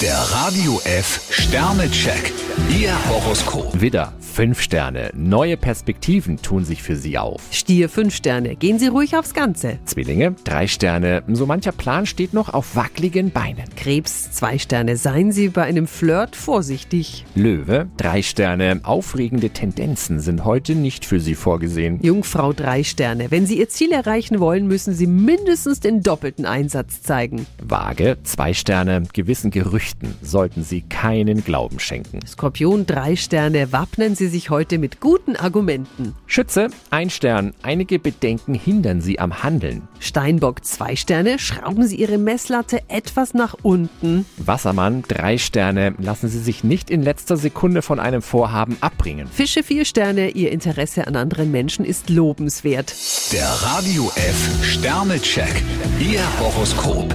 Der Radio F Sternecheck. Ihr Horoskop. Widder, 5 Sterne. Neue Perspektiven tun sich für Sie auf. Stier 5 Sterne, gehen Sie ruhig aufs Ganze. Zwillinge, 3 Sterne. So mancher Plan steht noch auf wackeligen Beinen. Krebs 2 Sterne, seien Sie bei einem Flirt vorsichtig. Löwe, 3 Sterne. Aufregende Tendenzen sind heute nicht für Sie vorgesehen. Jungfrau 3 Sterne, wenn Sie Ihr Ziel erreichen wollen, müssen Sie mindestens den doppelten Einsatz zeigen. Waage, 2 Sterne. Gewissen Gerüchten sollten Sie keinen Glauben schenken. Skorpion 3 Sterne, wappnen Sie sich heute mit guten Argumenten. Schütze, 1 Stern. Einige Bedenken hindern Sie am Handeln. Steinbock 2 Sterne, schrauben Sie Ihre Messlatte etwas nach unten. Wassermann, 3 Sterne. Lassen Sie sich nicht in letzter Sekunde von einem Vorhaben abbringen. Fische 4 Sterne, Ihr Interesse an anderen Menschen ist lobenswert. Der Radio F Sternecheck. Ihr Horoskop.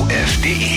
radiof.de.